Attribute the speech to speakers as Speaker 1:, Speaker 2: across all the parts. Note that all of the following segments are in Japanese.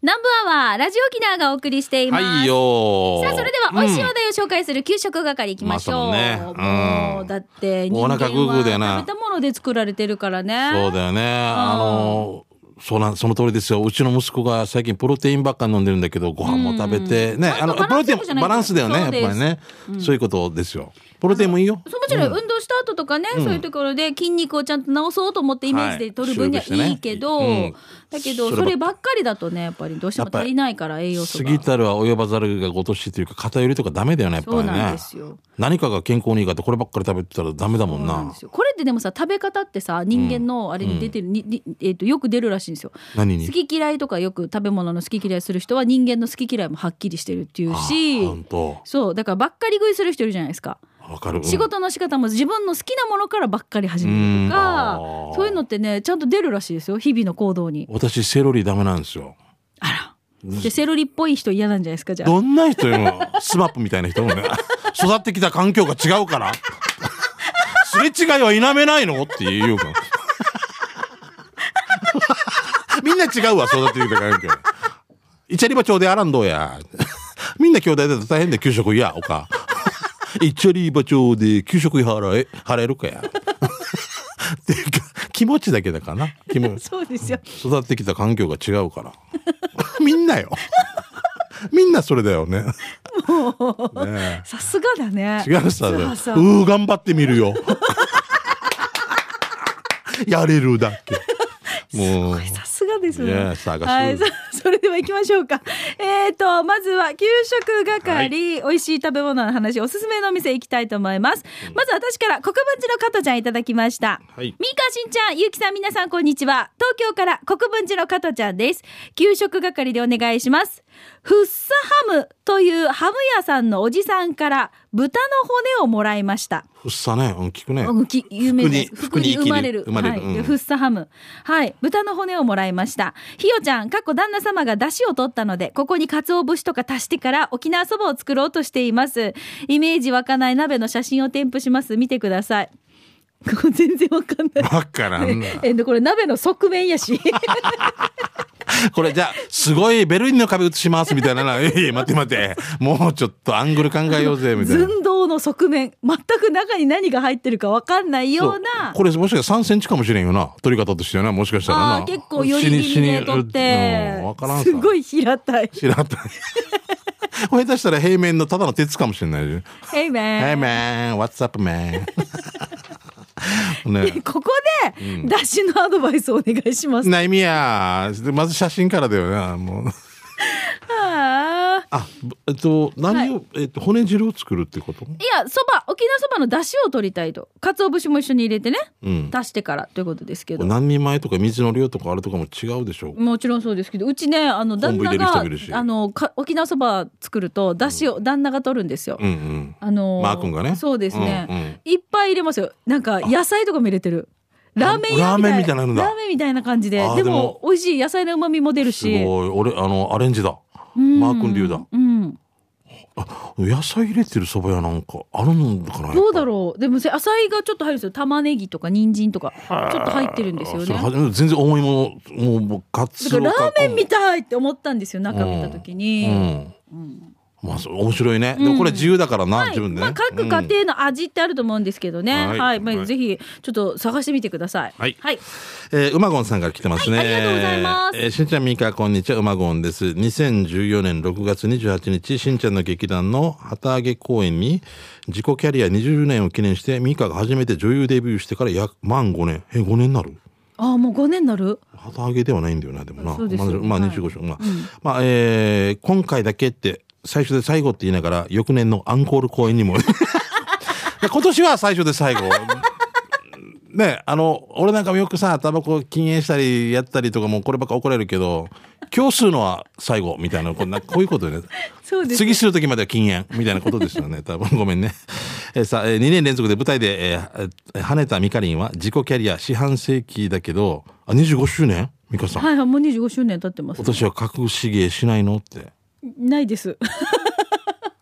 Speaker 1: 南部アワー、ラジオ沖縄がお送りしています。
Speaker 2: はいよー
Speaker 1: さあ、それでは、美味しい話題を紹介する給食係行きましょう。
Speaker 2: まあそうねうん
Speaker 1: もう、だって、
Speaker 2: もうお腹グーグーだよな
Speaker 1: 食べたもので作られてるからね。
Speaker 2: そうだよね。あのーそうなん、その通りですよ。うちの息子が最近プロテインばっか飲んでるんだけど、ご飯も食べて、ね、
Speaker 1: ちゃ
Speaker 2: あ
Speaker 1: んとバ
Speaker 2: の、プ
Speaker 1: ラン
Speaker 2: ロ
Speaker 1: ス
Speaker 2: テイ
Speaker 1: よくじゃ
Speaker 2: ン
Speaker 1: ない
Speaker 2: バランスだよね、や
Speaker 1: そ
Speaker 2: っ
Speaker 1: う
Speaker 2: ぱ
Speaker 1: です
Speaker 2: りね。そういうことですよ。プロテインもいいよ。
Speaker 1: そうもちろん運動した後とかね、そういうところで筋肉をちゃんと直そうと思ってイメージで取る分には
Speaker 2: はい
Speaker 1: いいけど、
Speaker 2: 収録してね
Speaker 1: だけど
Speaker 2: うん
Speaker 1: そればっかりだとねやっぱりどうしても足りないから栄養素
Speaker 2: 過
Speaker 1: が
Speaker 2: ぎたるは及ばざるがごとしというか、偏りとかダメだよね、やっぱりね。
Speaker 1: そうなんですよ
Speaker 2: 何かが健康にいいかって、こればっかり食べてたらダメだもん
Speaker 1: そうなん
Speaker 2: な
Speaker 1: で。すよこれってでもさ食べ方ってさ人間のあれに出てる、ににえー、とよく出るらしいんですよ
Speaker 2: 何に
Speaker 1: 好き嫌いとかよく食べ物の好き嫌いする人は人間の好き嫌いもはっきりしてるっていうし
Speaker 2: 本当。
Speaker 1: そうだからばっかり食いする人いるじゃないですか
Speaker 2: わかる。うん
Speaker 1: 仕事の仕方も自分の好きなものからばっかり始めるとか
Speaker 2: うんあー
Speaker 1: そういうのってねちゃんと出るらしいですよ日々の行動に
Speaker 2: 私、セロリダメなんですよ。
Speaker 1: あらでセロリっぽい人嫌なんじゃないですかじゃあ
Speaker 2: どんな人よ、スマップみたいな人も ね。育ってきた環境が違うから。すれ違いは否めないのっていうか。 みんな違うわ、育ってきた環境。イチャリバ町であらんどうや。みんな兄弟だと大変で給食いや、おか。イチャリバ町で給食い払え、払えるかや。っていうか、気持ちだけだかな。気持ち。
Speaker 1: そうですよ
Speaker 2: 育ってきた環境が違うから。 みんなよ。みんなそれだよね。ね
Speaker 1: さすがだね
Speaker 2: え違うさ、う
Speaker 1: さすが
Speaker 2: ー、頑張ってみるよ。やれるだけ。もう。
Speaker 1: さすがです
Speaker 2: い
Speaker 1: ね
Speaker 2: や探す
Speaker 1: はい、さそれでは行きましょうか えっ、とまずは給食係、
Speaker 2: はい
Speaker 1: 美味しい食べ物の話おすすめのお店行きたいと思います、まず私から国分寺の加藤ちゃんいただきました
Speaker 2: はい
Speaker 1: ミーカーしんちゃん、ゆうきさん、皆さん、こんにちは。東京から国分寺の加藤ちゃんです。給食係でお願いします。フッサハムというハム屋さんのおじさんから豚の骨をもらいました。
Speaker 2: ふっさね、うん、聞く ね。
Speaker 1: うんき有名です
Speaker 2: 福に
Speaker 1: 福に生まれる
Speaker 2: 生まれる
Speaker 1: はい
Speaker 2: うん
Speaker 1: でフッサハムはい豚の骨をもらいましたひよちゃんかっこ旦那様が出汁を取ったのでここに鰹節とか足してから沖縄そばを作ろうとしていますイメージ湧かない鍋の写真を添付します見てくださいこれ全然わかん ない
Speaker 2: わからんな。
Speaker 1: えでこれ鍋の側面や し
Speaker 2: これじゃあ、すごいベルリンの壁映しますみたいなな。 えいえ、待って待って。もうちょっとアングル考えようぜ、みたいな。
Speaker 1: 寸胴の側面全く中に何が入ってるかわかんないよう
Speaker 2: そう
Speaker 1: な
Speaker 2: これもしかしたら3センチかもしれんよな取り方としてはなもしかしたら
Speaker 1: あ
Speaker 2: な
Speaker 1: ー結構より気味で取って
Speaker 2: うんわからん
Speaker 1: すご
Speaker 2: い
Speaker 1: い平たい
Speaker 2: 知らんと 下手したら平面のただの鉄かもしれないじ
Speaker 1: 「Hey man
Speaker 2: ゃん「Hey man what's up man ね」
Speaker 1: ここで、出汁のアドバイスお願いします。
Speaker 2: な意味やまず写真からだよなもう
Speaker 1: はあ
Speaker 2: あぶえっと何を、えっと、骨汁を作るってこと
Speaker 1: いや、そば、沖縄そばの出汁を取りたいと。鰹節も一緒に入れてね、
Speaker 2: うん
Speaker 1: 足してからということですけど。
Speaker 2: 何人前とか水の量とかあれとかも違うでしょう
Speaker 1: もちろんそうですけど、うちね、あの、旦那
Speaker 2: 昆布
Speaker 1: が
Speaker 2: 入れる人もいるし、
Speaker 1: あの、か沖縄そば作ると、出汁を旦那が取るんですよ。
Speaker 2: うんうん
Speaker 1: あの
Speaker 2: マー君がね
Speaker 1: そうですね、
Speaker 2: うんうん
Speaker 1: いっぱい入れますよ。なんか、野菜とかも入れてる。ラーメン屋みたい
Speaker 2: ラーメンみたいなのだ
Speaker 1: ラーメンみたいな感じで。
Speaker 2: あー
Speaker 1: で
Speaker 2: で
Speaker 1: も
Speaker 2: も、
Speaker 1: 美味しい。野菜の旨味も出る
Speaker 2: す
Speaker 1: し。
Speaker 2: ごい俺あのアレンジだ
Speaker 1: うん
Speaker 2: マー君流だ
Speaker 1: うん。
Speaker 2: 野菜入れてるそば屋なんかあるんだから
Speaker 1: どうだろうでもせ野菜がちょっと入るんですよ玉ねぎとか人参とかちょっと入ってるんですよ
Speaker 2: それは
Speaker 1: ね
Speaker 2: 全然重いものもうもうカ
Speaker 1: だ
Speaker 2: ツ
Speaker 1: か
Speaker 2: オ
Speaker 1: らラ
Speaker 2: か
Speaker 1: ーメンみたいって思ったんですよ中見た時
Speaker 2: う
Speaker 1: に、
Speaker 2: ん、まあそう面白いね、でもこれ自由だからな、
Speaker 1: はい
Speaker 2: 自分でね、
Speaker 1: まあ、各家
Speaker 2: うん
Speaker 1: 庭の味ってあると思うんですけどね、は、
Speaker 2: はいい
Speaker 1: ま
Speaker 2: は
Speaker 1: あ、
Speaker 2: い
Speaker 1: ぜひちょっと探してみてください
Speaker 2: はい
Speaker 1: はい、
Speaker 2: えー、うまごんさんから来てますね、
Speaker 1: はいありがとうございます
Speaker 2: えーしんちゃんみーかこんにちはうまごんです2014年6月28日しんちゃんの劇団の旗揚げ公演に自己キャリア20年を記念してみーかが初めて女優デビューしてから約満5年え5年になる
Speaker 1: ああもう5年になる
Speaker 2: 旗揚げではないんだよな、でもな。
Speaker 1: そうですよ
Speaker 2: まあ、ま
Speaker 1: は
Speaker 2: あ、
Speaker 1: い
Speaker 2: 25章。まあ、まあ、えー今回だけって、最初で最後って言いながら、翌年のアンコール公演にも。 今年は最初で最後。ねあの、俺なんかもよくさ、タバコ禁煙したり、やったりとかも、こればっか怒られるけど、 今日するのは最後、みたいな、こんな、こういうことでね。
Speaker 1: そうです
Speaker 2: 次する時までは禁煙みたいなことですよね。多分ごめんね。えーさあ、えー2年連続で舞台で、えーえー跳ねたミカリンは自己キャリア四半世紀だけど、あ、25周年ミカさん。
Speaker 1: はいはいもう25周年経ってます
Speaker 2: 私は隠し芸しないのって。
Speaker 1: ないです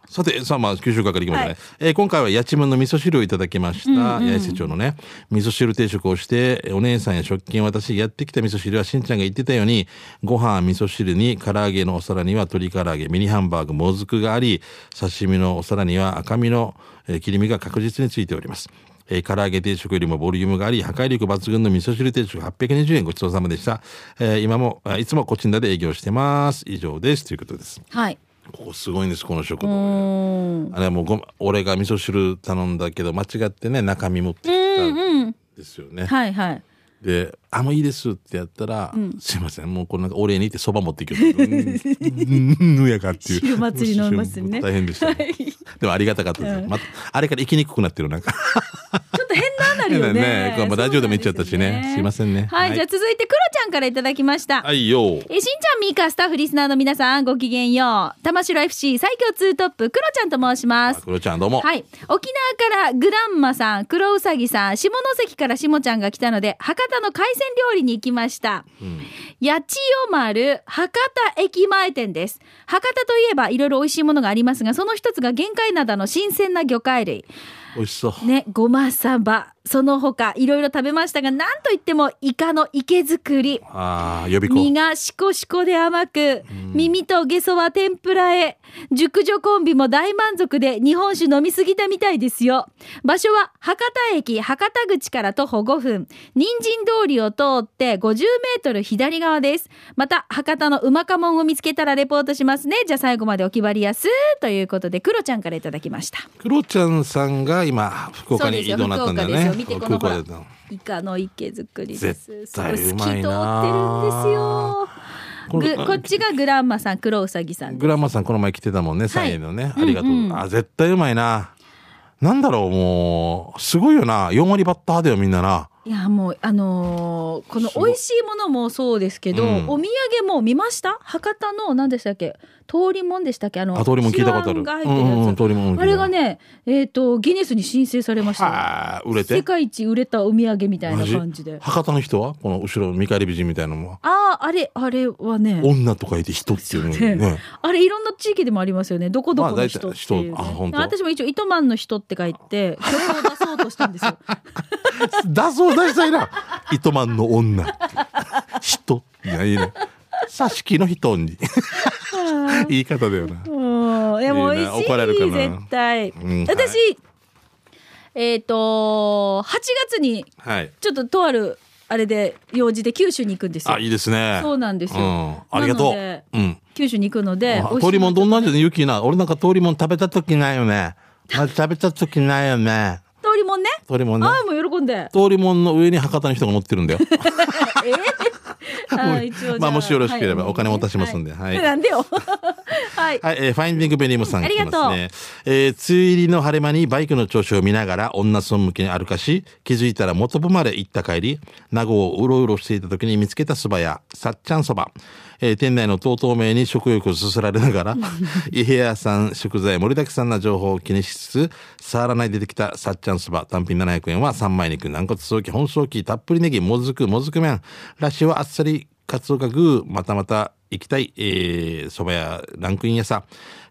Speaker 2: さて、さあまあ、九州から行きましょうね。
Speaker 1: はい
Speaker 2: えー今回は八千門の味噌汁をいただきました。
Speaker 1: うんうん
Speaker 2: 八重瀬町のね、味噌汁定食をして、えーお姉さんや食券を渡し、やってきた味噌汁はしんちゃんが言ってたように、ご飯、味噌汁に、唐揚げのお皿には鶏唐揚げ、ミニハンバーグ、もずくがあり、刺身のお皿には赤身の、えー切り身が確実についております。えー唐揚げ定食よりもボリュームがあり、破壊力抜群の味噌汁定食820円ごちそうさまでした。えー今も、あいつもコチンダで営業してます。以上です。ということです。
Speaker 1: はい。
Speaker 2: ここすごいんです、この食
Speaker 1: う
Speaker 2: 堂。
Speaker 1: ーん。
Speaker 2: あれもうごめん俺が味噌汁頼んだけど間違ってね中身持ってきたん
Speaker 1: うん。
Speaker 2: ですよね。
Speaker 1: はいはい。
Speaker 2: で「あもういいです」ってやったら「すいませんもうこれなんかお礼に」ってそば持ってきようとうんうんうんやかっていう
Speaker 1: 汁祭りのますね
Speaker 2: 大変で したね、
Speaker 1: はいちょ
Speaker 2: でもありがたかったです、
Speaker 1: うん
Speaker 2: またあれから生きにくくなってるなんか
Speaker 1: っと変なになるよね。
Speaker 2: これまあラジオでも言っちゃったしねすいませんね
Speaker 1: はい、じゃあ続いてクロちゃんからいただきました。
Speaker 2: はいよ
Speaker 1: えしんちゃん、ミーカスタッフ、リスナーの皆さん、ごきげんよう。玉城 FC 最強ツートップ、クロちゃんと申します。
Speaker 2: クロちゃんどうも、
Speaker 1: はい。沖縄からグランマさん、黒うさぎさん、下関からしもちゃんが来たので、博多の海鮮料理に行きました。八千代丸博多駅前店です。博多といえばいろいろ美味しいものがありますが、その一つが玄界灘の新鮮な魚介類。
Speaker 2: 美味しそう、
Speaker 1: ね、ごまさば、その他いろいろ食べましたが、なんといってもイカの池作り。
Speaker 2: ああ予備
Speaker 1: 身
Speaker 2: 校
Speaker 1: がしこしこで甘く、耳とゲソは天ぷらへ熟女コンビも大満足で日本酒飲みすぎたみたいですよ場所は博多駅博多口から徒歩5分人参通りを通って50メートル左側ですまた博多のうまかもんを見つけたらレポートしますねじゃあ最後までお気張りやすということでクロちゃんからいただきました
Speaker 2: クロちゃんさんが今福岡に移動になったんだよね
Speaker 1: そうですよ福岡ですよ見てこのほら
Speaker 2: での
Speaker 1: イカの池作りです
Speaker 2: 絶対
Speaker 1: す
Speaker 2: う
Speaker 1: ご
Speaker 2: ま
Speaker 1: い透き通ってるんで
Speaker 2: い
Speaker 1: す
Speaker 2: な
Speaker 1: よ
Speaker 2: これ
Speaker 1: ぐこっちがグランマさん黒うさぎさんで
Speaker 2: グランマさんこの前来てたもんね、サインのね。ありがとう。
Speaker 1: うんうん
Speaker 2: あ、絶対うまいな。なんだろう、もう、すごいよな。4割バッターだよ、みんなな。
Speaker 1: いやもうあのーこの
Speaker 2: すごい
Speaker 1: 美味しいものもそうですけど、
Speaker 2: うん
Speaker 1: お土産も見ました博多の何でしたっけ通りもんでしたっけあの
Speaker 2: あ、通りもん聞いたことある。
Speaker 1: 白あんが
Speaker 2: う
Speaker 1: 入ってるや
Speaker 2: ん
Speaker 1: つ
Speaker 2: うん、通りもん聞いた。
Speaker 1: あれがねえっ、とギネスに申請されました
Speaker 2: はあ、売れ
Speaker 1: 世
Speaker 2: て。
Speaker 1: 界一売れたお土産みたいな感じで
Speaker 2: 博多の人はこの後ろ、見返り美人みたいなのは。
Speaker 1: あああれあれはね
Speaker 2: 女と書いて人っていうのに
Speaker 1: そう
Speaker 2: ね。
Speaker 1: あれいろんな地域でもありますよねどこどこ
Speaker 2: まあ
Speaker 1: の
Speaker 2: 大体
Speaker 1: 人っていう、ね
Speaker 2: 人あ本当
Speaker 1: 私も一応糸満の人って書い て曲を出そうとしたんですよ
Speaker 2: だそうだしたいな。糸満の女。人。いや、いいね。さしきの人に。言い方だよな。
Speaker 1: うんいやもう
Speaker 2: いい
Speaker 1: 美
Speaker 2: ね
Speaker 1: 味しい
Speaker 2: 怒られるかな
Speaker 1: 絶対、
Speaker 2: うん
Speaker 1: 私、
Speaker 2: は
Speaker 1: えっ、と8月に
Speaker 2: はい。
Speaker 1: ちょっととあるあれで用事で九州に行くんですよ
Speaker 2: あ、いいですね。
Speaker 1: そうなんですよ
Speaker 2: んありがと
Speaker 1: なので
Speaker 2: う。うん。
Speaker 1: 九州に行くので
Speaker 2: 通りもんどんな
Speaker 1: 通
Speaker 2: 味でユキな。俺なんか通りもん食べた時ないよね。まず食べた時ないよね。
Speaker 1: りもんね
Speaker 2: 通りもんね。
Speaker 1: ああもう喜んで
Speaker 2: 通りもんの上に博多の人が乗ってるんだよ。
Speaker 1: えー、あー一応じゃ
Speaker 2: まあもしよろしければ
Speaker 1: はい
Speaker 2: お金も渡しますんではい
Speaker 1: なんでよ はい
Speaker 2: はい、えーファインディングベリームさん
Speaker 1: あり
Speaker 2: 来て
Speaker 1: がと
Speaker 2: ま
Speaker 1: う
Speaker 2: すね。えー梅雨入りの晴れ間にバイクの調子を見ながら女村向けに歩かし、気づいたら元部まで行った帰り、名護をうろうろしていた時に見つけた蕎麦屋、さっちゃん蕎麦。えー店内の遠透明に食欲をそそられな がら、伊平屋さん食材盛りだくさんな情報を気にしつつ、触らないで出てきたさっちゃん蕎麦単品700円は三枚肉、軟骨早期、本早期、たっぷりネギ、もずく、もずく麺、ラッシュはあっさり、カツオがグー、またまた行きたい、えー、蕎麦屋、ランクイン屋さん。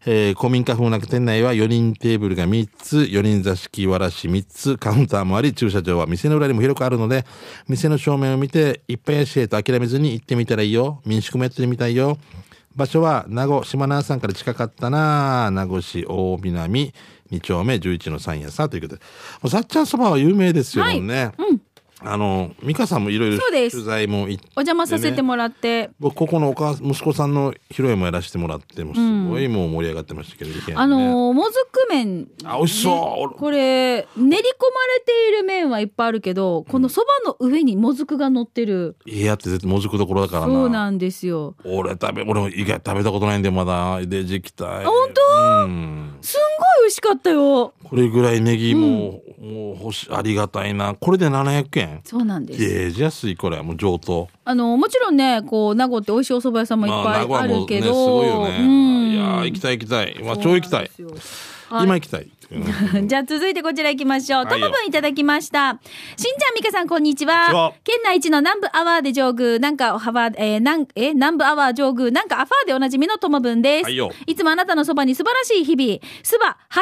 Speaker 2: えー、古民家風なく店内は4人テーブルが3つ、4人座敷わらし3つ、カウンターもあり、駐車場は店の裏にも広くあるので、店の正面を見て、いっぱいやしへと諦めずに行ってみたらいいよ。民宿もやってみたいよ。場所は、名護、島南さんから近かったな名護市大南2丁目11の3屋さんということで。もうさっちゃん蕎麦は有名ですよもんね。あの、美香さんもいろいろ
Speaker 1: そうです
Speaker 2: 取材も行って、
Speaker 1: お邪魔させてもらって、
Speaker 2: 僕ここのお母息子さんの披露宴もやらせてもらってもうすごいもう盛り上がってましたけど、意見ね
Speaker 1: あのーもずく麺
Speaker 2: あ美味しそう、
Speaker 1: これ練り込まれている麺はいっぱいあるけどこのそばの上にもずくが乗ってる、
Speaker 2: 家やって絶対もずくどころだからな
Speaker 1: そうなんですよ
Speaker 2: 俺食べ俺も意外と食べたことないんでまだでじきたい
Speaker 1: 本
Speaker 2: うん
Speaker 1: すんごい美味しかったよ
Speaker 2: これぐらいネギも、もう欲しありがたいなこれで700円
Speaker 1: そうなんです
Speaker 2: ええじゃ安いこれもう上等
Speaker 1: あのもちろんねこう名護って美味しいお蕎麦屋さんもいっぱいあるけ
Speaker 2: ね、すごい
Speaker 1: ど、
Speaker 2: よね、
Speaker 1: うん
Speaker 2: いやわあ、行きたい行きたい。まあ、超行きたい。
Speaker 1: そうなんですよはい
Speaker 2: 今行きたい。う ん
Speaker 1: じゃあ続いてこちら行きましょう。
Speaker 2: は
Speaker 1: と
Speaker 2: い
Speaker 1: も
Speaker 2: よ
Speaker 1: ぶんいただきました。しんちゃん、みかさん、こんにちは。
Speaker 2: こんにちは
Speaker 1: 県内一の南部アワーで上宮、なんかハワー、えーなん、えー南部アワー上宮、なんかアファーでおなじみのともぶんです。
Speaker 2: はいよ
Speaker 1: いつもあなたのそばに素晴らしい日々。そば80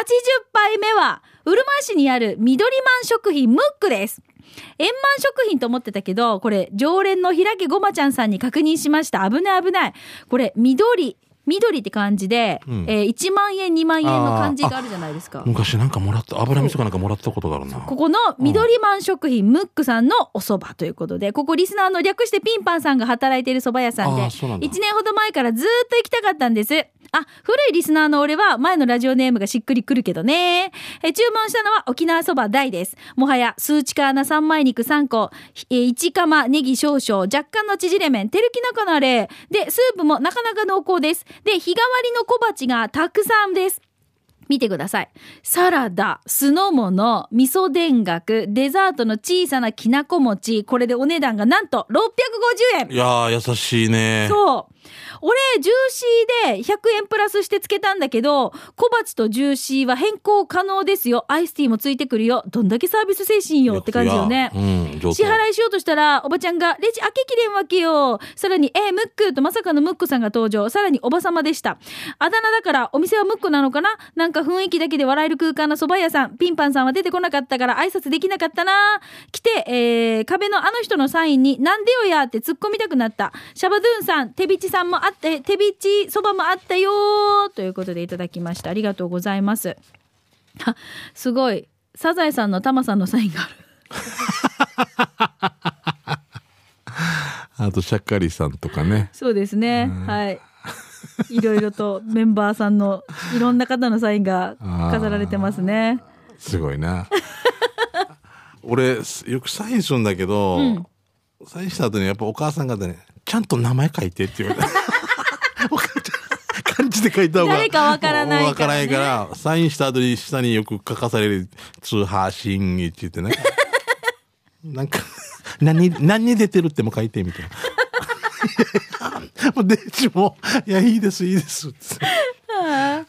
Speaker 1: 杯目は、うるま市にある緑満食品ムックです。円満食品と思ってたけど、これ、常連の平家ごまちゃんさんに確認しました。危ない危ない。これ、緑、緑って感じで、
Speaker 2: ん
Speaker 1: えー1万円、2万円の感じがあるじゃないですか。
Speaker 2: 昔なんかもらった、油味噌かなんかもらったことがあるな。
Speaker 1: ここの緑マン食品、ムックさんのお蕎麦ということで、ここリスナーの略してピンパンさんが働いている蕎麦屋さんで、
Speaker 2: あーそうなん
Speaker 1: 1
Speaker 2: だ
Speaker 1: 年ほど前からずーっと行きたかったんです。あ、古いリスナーの俺は前のラジオネームがしっくりくるけどね。え注文したのは沖縄そば大です。もはや数値化穴三枚肉3個、え1釜ネギ少々、若干の縮れ麺、手るきなかなれ。で、スープもなかなか濃厚です。で、日替わりの小鉢がたくさんです。見てください。サラダ、酢の物、味噌田楽、デザートの小さなきなこ餅。これでお値段がなんと650円
Speaker 2: いやー、優しいね。
Speaker 1: そう。俺、ジューシーで100円プラスしてつけたんだけど、小鉢とジューシーは変更可能ですよ。アイスティーもついてくるよ。どんだけサービス精神よって感じよね。
Speaker 2: いやうん、上
Speaker 1: 支
Speaker 2: 手。
Speaker 1: 払いしようとしたら、おばちゃんが、レジ開けきれんわけよ。さらに、えー、ムックとまさかのムックさんが登場。さらに、おばさまでした。あだ名だから、お店はムックなのかななんか雰囲気だけで笑える空間の蕎麦屋さん。ピンパンさんは出てこなかったから挨拶できなかったな。来て、えー、壁のあの人のサインに、なんでよやって突っ込みたくなった。シャバドゥンさん、手びちさんもあって、手びち蕎麦もあったよーということでいただきました。ありがとうございます。 あすごい。サザエさんのタマさんのサインがある。
Speaker 2: あと、シャッカリさんとかね。
Speaker 1: そうですね。はい。いろいろとメンバーさんのいろんな方のサインが飾られてますね。
Speaker 2: すごいな。俺、よくサインするんだけど、サインした後にやっぱお母さん方に、ちゃんと名前書いてって言われ た。お母ちゃん漢字で書いた方が。
Speaker 1: 誰かわからないからね
Speaker 2: わからないから、サインした後に下によく書かされる、通波信一っ てね。なんか、何、何に出てるっても書いて みたいな。もうデイジも、いや、いいです、いいです。つって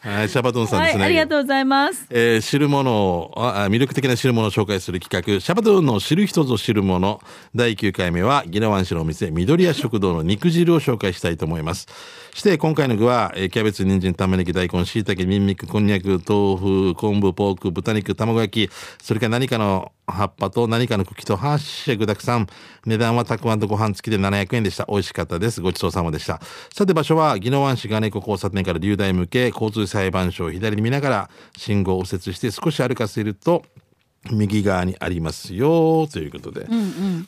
Speaker 2: はい、シャバトンさん
Speaker 1: は
Speaker 2: です
Speaker 1: い、
Speaker 2: ね。
Speaker 1: ありがとうございます。
Speaker 2: えー知るものをああ魅力的な知るものを紹介する企画、シャバドゥーンの知る人ぞ知るもの、第9回目は、ギラワン市のお店、緑屋食堂の肉汁を紹介したいと思います。して、今回の具は、えーキャベツ、人参、玉ねぎ、大根、椎茸、ニンニク、こんにゃく、豆腐、昆布、ポーク、豚肉、卵焼き、それから何かの葉っぱと何かの茎とハッシュ具だくさん。値段はたくあんとご飯付きで700円でした。美味しかったです。ごちそうさまでした。さて場所は、宜野湾市金子交差点から流大向け、交通裁判所を左に見ながら、信号を右折して少し歩かせると、右側にありますよ、ということで。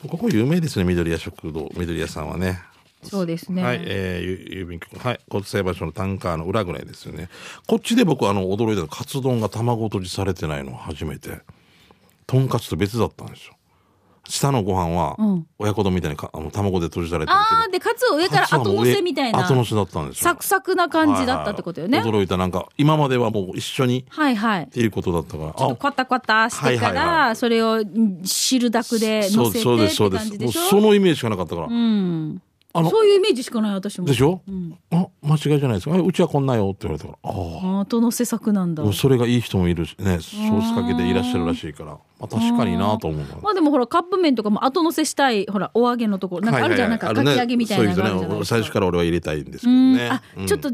Speaker 2: ここ有名ですね、緑屋食堂、緑屋さんはね。
Speaker 1: そうですね。
Speaker 2: はい、えーゆ郵便局、はい、交通裁判所のタンカーの裏ぐらいですよね。こっちで僕、あの、驚いたの、カツ丼が卵とじされてないの初めて。とんかつと別だったんですよ。下のご飯は、親子丼みたいにか、あの、卵で閉じされてる
Speaker 1: あーで、かつを上
Speaker 2: けど。
Speaker 1: から
Speaker 2: カツは
Speaker 1: 後
Speaker 2: も
Speaker 1: 乗
Speaker 2: う上
Speaker 1: せみたいな。
Speaker 2: 後乗せだったんですよ。
Speaker 1: サクサクな感じだったってことよね。
Speaker 2: は
Speaker 1: はいい
Speaker 2: はい驚いた、なんか、今まではもう一緒に
Speaker 1: はい、
Speaker 2: っていうことだったから、
Speaker 1: ちょっとコタコタしてか
Speaker 2: はいはいは
Speaker 1: ら、それをん汁だくで乗
Speaker 2: そ
Speaker 1: せ
Speaker 2: う
Speaker 1: てっ
Speaker 2: そうで
Speaker 1: て
Speaker 2: す、そうで
Speaker 1: 感
Speaker 2: す。
Speaker 1: じ
Speaker 2: も
Speaker 1: で
Speaker 2: う
Speaker 1: し
Speaker 2: そ
Speaker 1: ょ
Speaker 2: のイメージしかなかったから。
Speaker 1: うん。
Speaker 2: あの、
Speaker 1: そういうイメージしかない、私も
Speaker 2: で。しょ、あ、間違いじゃないですか。えうちはこんなよって言われたから、ああ。
Speaker 1: 後乗せ作なんだ
Speaker 2: で。もそれがいい人もいるしねソースかけていらっしゃるらしいから、まあ、確かになと思う
Speaker 1: まあでもほら、カップ麺とかも後乗せしたい、ほら、お揚げのところ、なんかあるじゃん、なんかかき揚げみたいなのがあるじゃないですか。
Speaker 2: 最初から俺は入れたいんですけど
Speaker 1: うん
Speaker 2: ね
Speaker 1: あ、
Speaker 2: うん
Speaker 1: ちょっと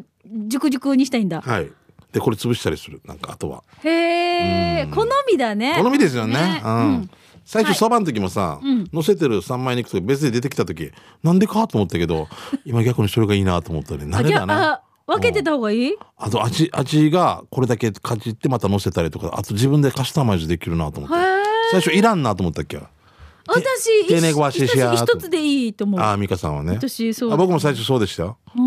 Speaker 1: 熟熟にしたいんだ。
Speaker 2: はいでこれ潰したりするなんかあとは
Speaker 1: へえ、好みだね。
Speaker 2: 好みですよねう
Speaker 1: うん
Speaker 2: ん、最
Speaker 1: はい
Speaker 2: 初そばの時もさ、乗せてる三枚肉とか別で出てきた時なんでかと思ったけど今逆にそれがいいなと思ったね
Speaker 1: あ
Speaker 2: 慣れ
Speaker 1: じゃ
Speaker 2: だな
Speaker 1: あ、あ分けてた方がいい
Speaker 2: あと味味がこれだけかじってまた乗せたりとかあと自分でカスタマイズできるなと思って
Speaker 1: へー
Speaker 2: 最初いらんなと思ったっけ
Speaker 1: 私、
Speaker 2: 丁寧語はししやー
Speaker 1: 一つ
Speaker 2: と
Speaker 1: 一つでいいと思う。
Speaker 2: ああ美香さんはね
Speaker 1: 私、そう。
Speaker 2: あ僕も最初そうでしたよ
Speaker 1: う
Speaker 2: だけど、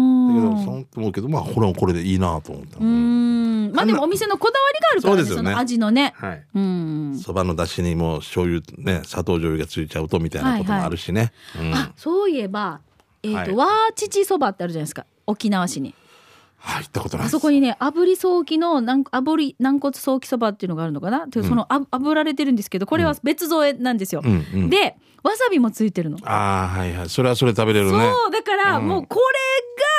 Speaker 1: ん。
Speaker 2: そう思うけど、まあ、これもこれでいいなと思った。
Speaker 1: うんまあでもお店のこだわりがあるからね、
Speaker 2: そうです
Speaker 1: そ
Speaker 2: よね
Speaker 1: の味のね。
Speaker 2: はい。
Speaker 1: うん。
Speaker 2: そばの出汁にも醤油ね、砂糖醤油がついちゃうとみたいなこともあるしね。うん
Speaker 1: あ、そういえば、えっ、と、
Speaker 2: は
Speaker 1: わーちちそばってあるじゃないですか。沖縄市に。
Speaker 2: はい、行ったことない
Speaker 1: あ
Speaker 2: です。
Speaker 1: そこにね、炙り早期のなん、炙り軟骨早期そばっていうのがあるのかな、っていうその、あ炙られてるんですけど、これは別添えなんですよ。
Speaker 2: うんうん
Speaker 1: で、わさびもついてるの。
Speaker 2: ああ、はいはい。それはそれ食べれるね。
Speaker 1: そう、だから、もうこ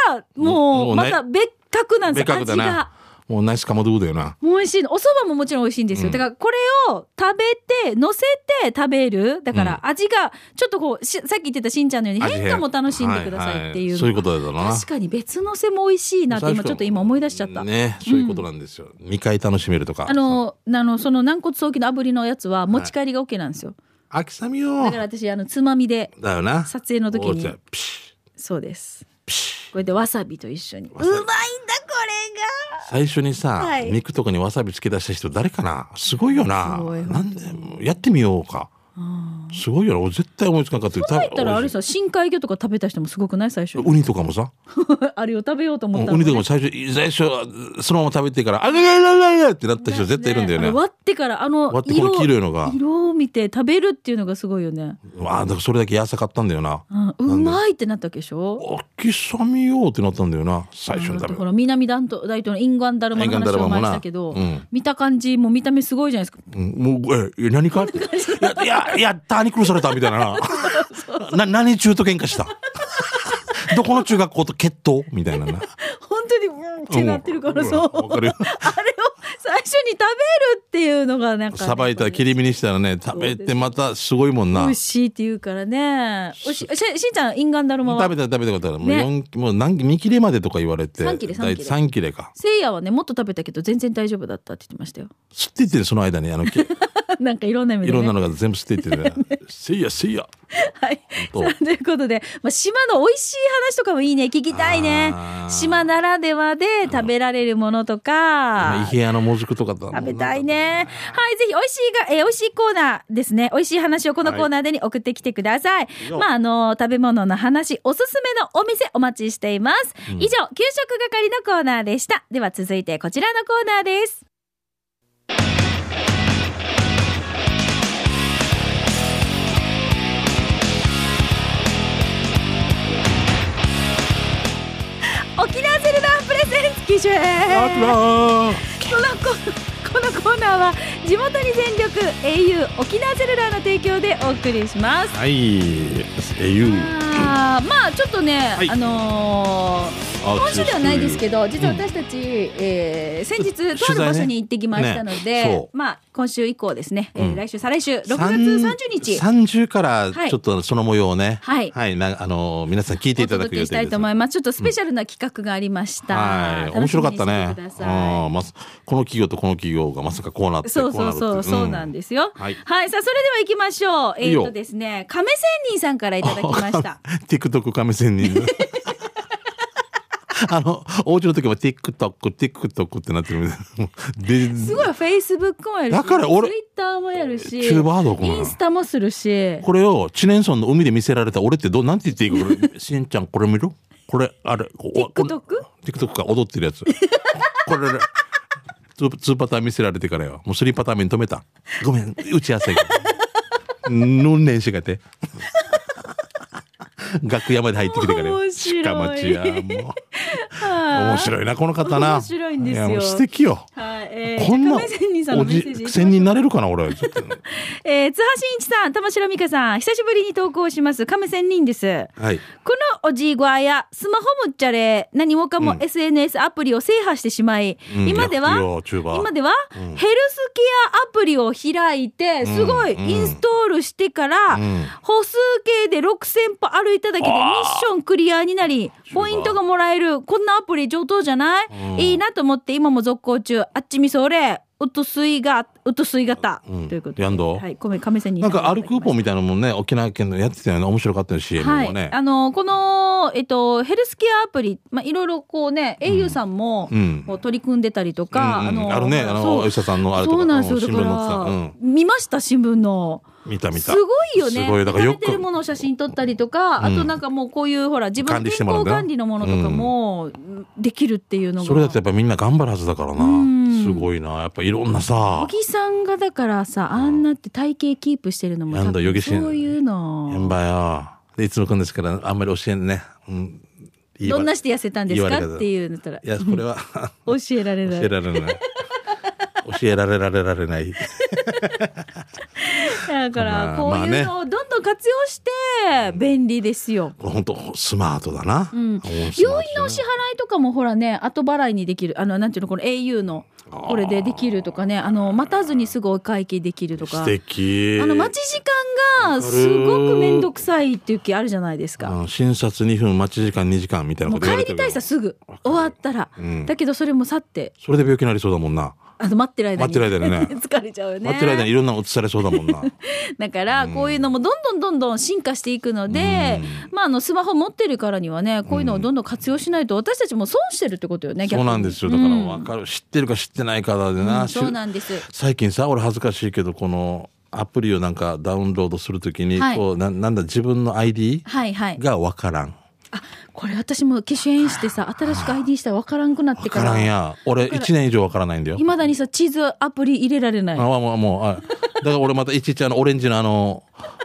Speaker 1: れが、も
Speaker 2: も
Speaker 1: う、
Speaker 2: う
Speaker 1: ま
Speaker 2: ね
Speaker 1: た別格なんですよ
Speaker 2: 別格だ
Speaker 1: 味が
Speaker 2: な。もうナイスかまどうだよな。
Speaker 1: もう美味しいのお蕎麦ももちろん美味しいんですよ、
Speaker 2: うん
Speaker 1: だからこれを食べて乗せて食べるだから味がちょっとこうしさっき言ってたしんちゃんのように
Speaker 2: 味変
Speaker 1: 変化も楽しんでくださいっていう、
Speaker 2: ははそういうことだろうな。
Speaker 1: 確かに別のせも美味しいなって今ちょっと今思い出しちゃった、
Speaker 2: ね、そういうことなんですよ。二回楽しめるとか。
Speaker 1: あのあのその軟骨早期の炙りのやつは持ち帰りが OK なんですよ、
Speaker 2: 秋雨を
Speaker 1: だから私あのつまみで
Speaker 2: だよな。
Speaker 1: 撮影の時に
Speaker 2: おうちピシッ
Speaker 1: そうです
Speaker 2: ピシッ
Speaker 1: これでわさびと一緒にうま
Speaker 2: わ
Speaker 1: い
Speaker 2: さ
Speaker 1: ん
Speaker 2: び
Speaker 1: だこ
Speaker 2: 最初にさ、
Speaker 1: はい
Speaker 2: 肉とかにわさびつけ出した人誰かなすごいよな
Speaker 1: すごい
Speaker 2: なんでやってみようかすごいよな俺絶対思いつかんかったけど
Speaker 1: れが入ったらあれさ深海魚とか食べた人もすごくない最初
Speaker 2: ウニとかもさ、
Speaker 1: あれを食べようと思った
Speaker 2: ウニ
Speaker 1: ね
Speaker 2: とかも最初最初そのまま食べてからあれれれれれってなった人絶対いるんだよ
Speaker 1: あ
Speaker 2: ね
Speaker 1: の割ってからあの
Speaker 2: 割ってこ
Speaker 1: 色
Speaker 2: の
Speaker 1: を
Speaker 2: 黄色いのが
Speaker 1: 色を見て食べるっていうのがすごいよね、
Speaker 2: ああだからそれだけ野菜買ったんだよな
Speaker 1: うん、うまいってなったわけでしょ
Speaker 2: 秋雨よってなったんだよな最初に食べ
Speaker 1: ほら南大統大統領のインガンダルマの
Speaker 2: インガン
Speaker 1: 話
Speaker 2: ダル
Speaker 1: を
Speaker 2: マも
Speaker 1: 前
Speaker 2: な
Speaker 1: にしたけど、
Speaker 2: うん
Speaker 1: 見た感じもう見た目すごいじゃないですか
Speaker 2: うんもう、え、何かって。いや、いや、いや、ターニクルされたみたいなな。な、何中と喧嘩したどこの中学校と決闘みたいなな。
Speaker 1: 本当にうんってなってるから
Speaker 2: うん
Speaker 1: そう
Speaker 2: うんわかるよ
Speaker 1: あれを最初に食べるっていうのがなんかね
Speaker 2: さばいたら切り身にしたらね、食べてまたすごいもん
Speaker 1: 美
Speaker 2: な。
Speaker 1: 味
Speaker 2: 食
Speaker 1: しいって言うからねおいしいししんちゃんインガンダルマは
Speaker 2: べた食べたことある。もう
Speaker 1: ね
Speaker 2: 四もう何、2切れまでとか言われて。
Speaker 1: 三切れ三切れ
Speaker 2: 3切れか。
Speaker 1: せいやはねもっと食べたけど全然大丈夫だったって言ってましたよ
Speaker 2: 吸っていってるその間に、あの、け
Speaker 1: なんかいろんな意味
Speaker 2: い
Speaker 1: で、ね、
Speaker 2: ろん なのが全部吸っていってる。せいや、せいや。
Speaker 1: はい。
Speaker 2: 本当
Speaker 1: さあということで、まあ、島の美味しい話とかもいいね。聞きたいね
Speaker 2: あ。ー
Speaker 1: 島ならではで食べられるものとか。
Speaker 2: 伊部屋のもずくとかだ
Speaker 1: 食べたいね。はい、ぜひ、美味しいが、えー美味しいコーナーですね。美味しい話をこのコーナーでに送ってきてください。
Speaker 2: いよ
Speaker 1: まあ、あのー食べ物の話、おすすめのお店お待ちしています。以上、給食係のコーナーでした。では、続いてこちらのコーナーです。沖縄セルラープレゼンツ機種
Speaker 2: あらー
Speaker 1: このコこのコーナーは地元に全力 au 沖縄セルラーの提供でお送りします。
Speaker 2: はい、英雄。
Speaker 1: あーまあちょっとね、
Speaker 2: はい
Speaker 1: あのー
Speaker 2: あ
Speaker 1: 今週ではないですけど、
Speaker 2: そういう
Speaker 1: 実は私たち、えー先日
Speaker 2: 取材ね
Speaker 1: とある場所に行ってきましたので、
Speaker 2: ねそう
Speaker 1: まあ今週以降ですね、えー
Speaker 2: うん
Speaker 1: 来週再来週6月30日。
Speaker 2: 三十から
Speaker 1: はい
Speaker 2: ちょっとその模様をね。
Speaker 1: はい
Speaker 2: はい、なあの皆さん聞いて
Speaker 1: お
Speaker 2: いただ
Speaker 1: 届
Speaker 2: く
Speaker 1: け
Speaker 2: 予
Speaker 1: した
Speaker 2: 定
Speaker 1: い
Speaker 2: です。
Speaker 1: と思います。ちょっとスペシャルな企画がありました。
Speaker 2: はい、面
Speaker 1: 楽しみ
Speaker 2: 白
Speaker 1: に
Speaker 2: かったね
Speaker 1: し。てください
Speaker 2: うん、まさこの企業とこの企業がまさかこうなって
Speaker 1: そう
Speaker 2: こ
Speaker 1: そう
Speaker 2: な
Speaker 1: う
Speaker 2: るって
Speaker 1: そう、そうなんですよ。は
Speaker 2: はいい、
Speaker 1: さあ、それでは行きましょう。え
Speaker 2: いい
Speaker 1: ー、
Speaker 2: よ
Speaker 1: っとですね、亀仙人さんからいただきま した。。
Speaker 2: TikTok 亀 仙人。あの、お家の時も TikTok、TikTok ってなってるみたいなもう。です
Speaker 1: ごい、フェイスブックもやるし、
Speaker 2: だから俺
Speaker 1: ツイッターもやるし、
Speaker 2: キューバードこんなの
Speaker 1: インスタもするし、
Speaker 2: これを知念村の海で見せられた俺ってどうなんて言っていいかこれしんちゃんこれ見るこれあれこ
Speaker 1: TikTok？
Speaker 2: こ TikTok か踊ってるやつこれねツーツーパターン見せられてからよもうスリーパターン目に止めたごめん打ち合わせがぬんねんしがて楽屋まで入ってきてからよ
Speaker 1: 面白い
Speaker 2: 鹿町やもう
Speaker 1: は
Speaker 2: 面白いなこの方な
Speaker 1: 面白いんですよ
Speaker 2: やもう素敵よ
Speaker 1: い。はい、えー、
Speaker 2: こんな
Speaker 1: 亀仙人さんの
Speaker 2: お
Speaker 1: メッ
Speaker 2: じ
Speaker 1: セージ。
Speaker 2: 仙人になれるかな俺ちょっと
Speaker 1: えー、津波真一さん、玉城美香さん、久しぶりに投稿します。亀仙人です。
Speaker 2: はい
Speaker 1: このおじいごあや、スマホもっちゃれ、何もかも SNS アプリを制覇してしまい、
Speaker 2: うん
Speaker 1: 今では、
Speaker 2: いやチューバー
Speaker 1: 今では、ヘルスケアアプリを開いて、すごい、
Speaker 2: うん
Speaker 1: インストールしてから、
Speaker 2: ん
Speaker 1: 歩数計で6000歩歩いただけでミ
Speaker 2: あー
Speaker 1: ッションクリアになり、ポイントがもらえる、こんなアプリ上等じゃない、
Speaker 2: うん
Speaker 1: いいなと思って、今も続行中、あっちみそれ、うとすいが、うとすいがた、
Speaker 2: うん
Speaker 1: ということで。
Speaker 2: やんど
Speaker 1: はい、ごめん、亀仙人
Speaker 2: なんか歩くクーポンみたいなもんね、沖縄県のやってたよね、面白かったよ、CM
Speaker 1: は
Speaker 2: も
Speaker 1: い、
Speaker 2: ね。
Speaker 1: あのこの、えっと、ヘルスケアアプリ、まあ、いろいろこうね、au さんも、
Speaker 2: うん
Speaker 1: こう取り組んでたりとか、
Speaker 2: うんうん
Speaker 1: の
Speaker 2: あるね、あの、
Speaker 1: そう
Speaker 2: 吉田さんのあれとか、
Speaker 1: そうなんですよ、
Speaker 2: うん
Speaker 1: だ
Speaker 2: 新
Speaker 1: か
Speaker 2: 聞載ってた。
Speaker 1: ら、
Speaker 2: うん。
Speaker 1: 見ました新聞の
Speaker 2: 見た見
Speaker 1: す
Speaker 2: た。
Speaker 1: ごいよね
Speaker 2: すごいだからよ
Speaker 1: 食
Speaker 2: く
Speaker 1: べてるものを写真撮ったりとか、あとなんかもうこういうほら自分
Speaker 2: 管
Speaker 1: の
Speaker 2: 理して
Speaker 1: 健
Speaker 2: もら
Speaker 1: 康
Speaker 2: うんだよ
Speaker 1: 管理のものとかもできるっていうのが、
Speaker 2: それだとやっぱみんな頑張るはずだからな。
Speaker 1: ん
Speaker 2: すごいな。やっぱいろんなさ
Speaker 1: 小、木さんがだからさあんなって体型キープしてるのも
Speaker 2: なんだ
Speaker 1: 多分
Speaker 2: 余計し
Speaker 1: そういう
Speaker 2: や
Speaker 1: の
Speaker 2: んばよ。で、いつも来るんですから、あんまり教えんね。うん。いいわ
Speaker 1: どんなして痩せたんです
Speaker 2: 言わ
Speaker 1: か
Speaker 2: れ方
Speaker 1: っていうのだったら
Speaker 2: いや、これは
Speaker 1: 教えられ
Speaker 2: 教
Speaker 1: ない
Speaker 2: えられない。教えられられられない。
Speaker 1: だから
Speaker 2: まあ
Speaker 1: こう
Speaker 2: まあ
Speaker 1: いう
Speaker 2: ね
Speaker 1: のをどんどん活用して、え便利ですよ。
Speaker 2: これ本当スマートだな。
Speaker 1: うん
Speaker 2: おスマート
Speaker 1: 病院のお支払いとかもほらね後払いにできるあのなんていうのこの au のこれでできるとかねあの待たずにすぐお会計できるとか
Speaker 2: 素敵。
Speaker 1: あの待ち時間がすごく面倒くさいっていう気あるじゃないです
Speaker 2: あ
Speaker 1: か。
Speaker 2: の診察2分待ち時間2時間みたいな
Speaker 1: も
Speaker 2: こ
Speaker 1: う
Speaker 2: と言わ
Speaker 1: 帰
Speaker 2: れて
Speaker 1: り
Speaker 2: る
Speaker 1: たいさすぐ終わったら、
Speaker 2: うん
Speaker 1: だけどそれも去って
Speaker 2: それで病気になりそうだもんな、
Speaker 1: あの待ってる間に
Speaker 2: 待ってる間にね
Speaker 1: 疲れちゃうよ ね
Speaker 2: 待ってる間にいろんなの移されそうだもん な
Speaker 1: だからこういうのもどんどんどんどん進化していくので、まあ、あのスマホ持ってるからにはねこういうのをどんどん活用しないと私たちも損してるってことよね
Speaker 2: そうなんですよだから分
Speaker 1: か
Speaker 2: かる、知ってるか知ってないかだでな、
Speaker 1: そうなんです
Speaker 2: 最近さ俺恥ずかしいけどこのアプリをなんかダウンロードするときに、
Speaker 1: はい
Speaker 2: こうななんだ自分の ID
Speaker 1: はいはい
Speaker 2: が分からん
Speaker 1: あこれ私も機種変してさ新しく ID したら分からんくなっ
Speaker 2: 分
Speaker 1: て
Speaker 2: か
Speaker 1: からら
Speaker 2: んや俺
Speaker 1: から
Speaker 2: 1年以上分からないんだよ
Speaker 1: いまだにさ地図アプリ入れられない
Speaker 2: あもうもうあだから俺またいちいちあのオレンジのあの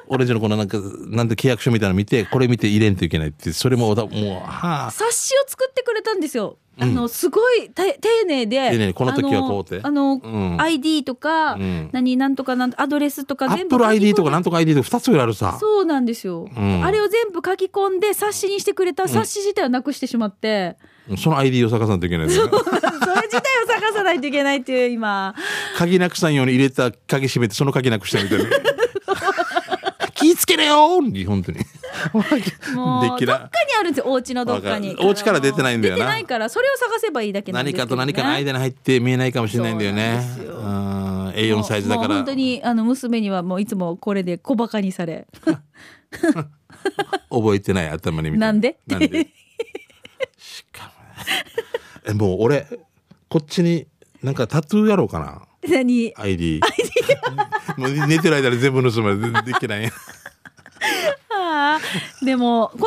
Speaker 2: オレンジのこのなんかなんて契約書みたいなの見てこれ見て入れんといけないってそれもだもうはあ
Speaker 1: 冊子を作ってくれたんですよ。あの、すごいて丁寧で。
Speaker 2: 丁寧にこの時は
Speaker 1: あの
Speaker 2: こうって
Speaker 1: あの、
Speaker 2: うん
Speaker 1: ID とか、
Speaker 2: ん
Speaker 1: 何、なんとかなん、アドレスとか
Speaker 2: ア
Speaker 1: 全
Speaker 2: ッ
Speaker 1: 部書き
Speaker 2: プル
Speaker 1: 込んで。
Speaker 2: ID とかなんとか ID とか2つぐらいあるさ
Speaker 1: そうなんですよ、
Speaker 2: ん
Speaker 1: あれを全部書き込んで冊子にしてくれた冊子自体をなくしてしまって、
Speaker 2: その ID を探さないといけないですよね
Speaker 1: それ自体を探さないといけないっていう今
Speaker 2: 鍵なくさんように入れた鍵閉めてその鍵なくしたみ たいな気ぃつけれよー本当に
Speaker 1: もうどっかに
Speaker 2: できな
Speaker 1: あるんですよお家のどっか
Speaker 2: わ
Speaker 1: に
Speaker 2: かるお家から出てないんだよな
Speaker 1: 出てないからそれを探せばいいだけなんで
Speaker 2: 何
Speaker 1: すけ
Speaker 2: か
Speaker 1: ど、
Speaker 2: と
Speaker 1: ね、
Speaker 2: 何かの間に入って見えないかもしれないんだよね
Speaker 1: そう
Speaker 2: う
Speaker 1: なん
Speaker 2: A4 のサイズだか
Speaker 1: もうもう本
Speaker 2: ら
Speaker 1: 当にあの娘にはもういつもこれで小バカにされ
Speaker 2: 覚えてない頭にみたい
Speaker 1: なんで
Speaker 2: なん でしかもえもう俺こっちになんかタトゥーやろうかな
Speaker 1: 何
Speaker 2: ID もう寝てる間に全部盗まれてできない
Speaker 1: あーでもこの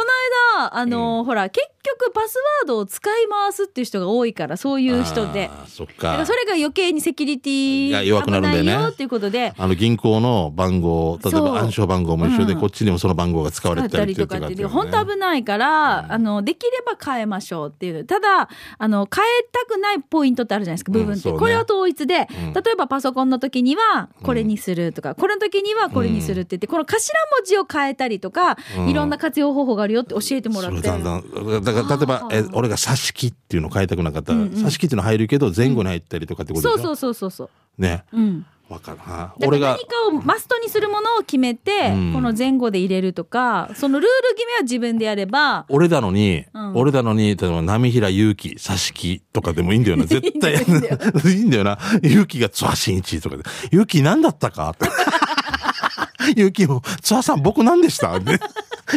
Speaker 1: 間あの、ほら結局パスワードを使い回すっていう人が多いからそういう人で
Speaker 2: あーそっ
Speaker 1: だから
Speaker 2: か
Speaker 1: それが余計にセキュリティ
Speaker 2: が弱くなるんだよね
Speaker 1: 危ないよっていうことで
Speaker 2: あの銀行の番号例え
Speaker 1: そう
Speaker 2: ば暗証番号も一緒で、
Speaker 1: うん
Speaker 2: こっちにもその番号が使わ
Speaker 1: だ
Speaker 2: れ
Speaker 1: ってた
Speaker 2: た
Speaker 1: り
Speaker 2: りっていう
Speaker 1: と
Speaker 2: と
Speaker 1: か
Speaker 2: こ
Speaker 1: っ
Speaker 2: だ
Speaker 1: て
Speaker 2: った
Speaker 1: で
Speaker 2: よね
Speaker 1: 本当危ないから、あのできれば変えましょうっていうただあの変えたくないポイントってあるじゃないですか部分って、
Speaker 2: うんそうね
Speaker 1: これは統一で、
Speaker 2: うん
Speaker 1: 例えばパソコンの時にはこれにするとか、これの時にはこれにするって言ってこの頭文字を変えたりとか、
Speaker 2: うん
Speaker 1: いろんな活用方法があるよって教えてもら
Speaker 2: そ
Speaker 1: っ
Speaker 2: れ
Speaker 1: て。
Speaker 2: だんだんだから例えば
Speaker 1: あ
Speaker 2: え
Speaker 1: ー
Speaker 2: 俺が「挿し木」っていうの変えたくなかったら
Speaker 1: うんうん
Speaker 2: 「挿し木」っていうの入るけど前後に入ったりとかってこと
Speaker 1: そ
Speaker 2: で
Speaker 1: う
Speaker 2: し
Speaker 1: そ
Speaker 2: ょ、
Speaker 1: うそうそうそう。
Speaker 2: ね
Speaker 1: うん。
Speaker 2: わかるな
Speaker 1: だから
Speaker 2: 俺が
Speaker 1: 何かをマストにするものを決めて、
Speaker 2: うん
Speaker 1: この前後で入れるとか、そのルール決めは自分でやれば、
Speaker 2: 俺だのに、
Speaker 1: うん
Speaker 2: 俺だのに、例えば、波平祐希、挿し木とかでもいいんだよな。絶対。い
Speaker 1: いいんだよ
Speaker 2: いんだよな。勇気がツワシンイチとかで。勇気何だったかって。 勇気も、ツワさん僕何でした って。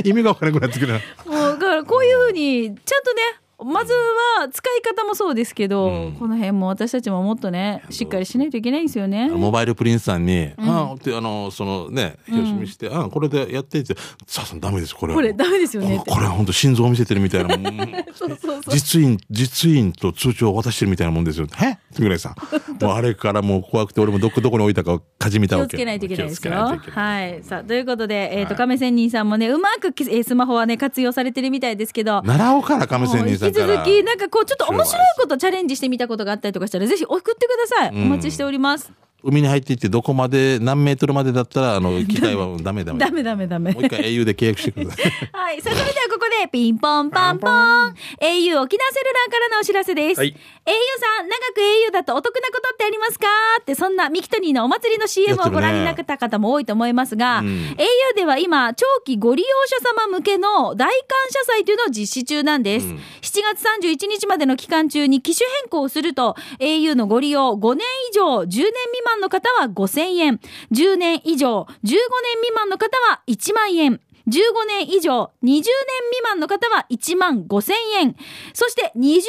Speaker 2: 意味がわからなくなってくる。
Speaker 1: もうだからこういうふうにちゃんとねまずは使い方もそうですけど、
Speaker 2: うん
Speaker 1: この辺も私たちももっとねしっかりしないといけないんですよね。
Speaker 2: モバイルプリンスさんに、ああ、って、あの、そのね、表紙見して、ああ、これでやってって、ツワさんダメです、これは。
Speaker 1: これダメですよねっ
Speaker 2: こ
Speaker 1: て。
Speaker 2: これは本当心臓を見せてるみたいなもん。
Speaker 1: そうそうそう。
Speaker 2: 実印、実印と通帳を渡してるみたいなもんですよ。えってぐらいさ。もうあれからもう怖くて俺もどこ、どこに置いたかをかじみ
Speaker 1: 気
Speaker 2: た
Speaker 1: を
Speaker 2: わ
Speaker 1: つ
Speaker 2: け。
Speaker 1: けないといけないですよ。
Speaker 2: 気をつけないといけない
Speaker 1: はい。さあ、ということで、えっ、
Speaker 2: は
Speaker 1: と、
Speaker 2: い
Speaker 1: 亀仙人さんもね、うまくき、えースマホはね、活用されてるみたいですけど、
Speaker 2: 習おうから、亀
Speaker 1: も
Speaker 2: 仙
Speaker 1: う
Speaker 2: 人
Speaker 1: 引き
Speaker 2: さん
Speaker 1: 続
Speaker 2: から。
Speaker 1: き、なんかこう、ちょっと面白いことチャレンジしてみたことがあったりとかしたら、ぜひ送ってください。お待ちしております。
Speaker 2: 海に入っていってどこまで、何メートルまでだったら、あの、機械はダメダメ。
Speaker 1: ダメダメダメ
Speaker 2: もう一回 au で契約してくだ さい。
Speaker 1: はい。さあ、それではここで、ピンポンパンポーン !au 沖縄セルラーからのお知らせです。
Speaker 2: はい
Speaker 1: au さん、長く au だとお得なことってありますかって、そんなミキトニーのお祭りの CM
Speaker 2: やっ
Speaker 1: を
Speaker 2: てる
Speaker 1: ご
Speaker 2: ね
Speaker 1: 覧になった方も多いと思いますが、
Speaker 2: うん
Speaker 1: au では今、長期ご利用者様向けの大感謝祭というのを実施中なんです。
Speaker 2: うん
Speaker 1: 7月31日までの期間中に機種変更をすると、au のご利用5年以上、10年未満の方は5000円、10年以上、15年未満の方は1万円。15年以上、20年未満の方は1万5000円。そして20年以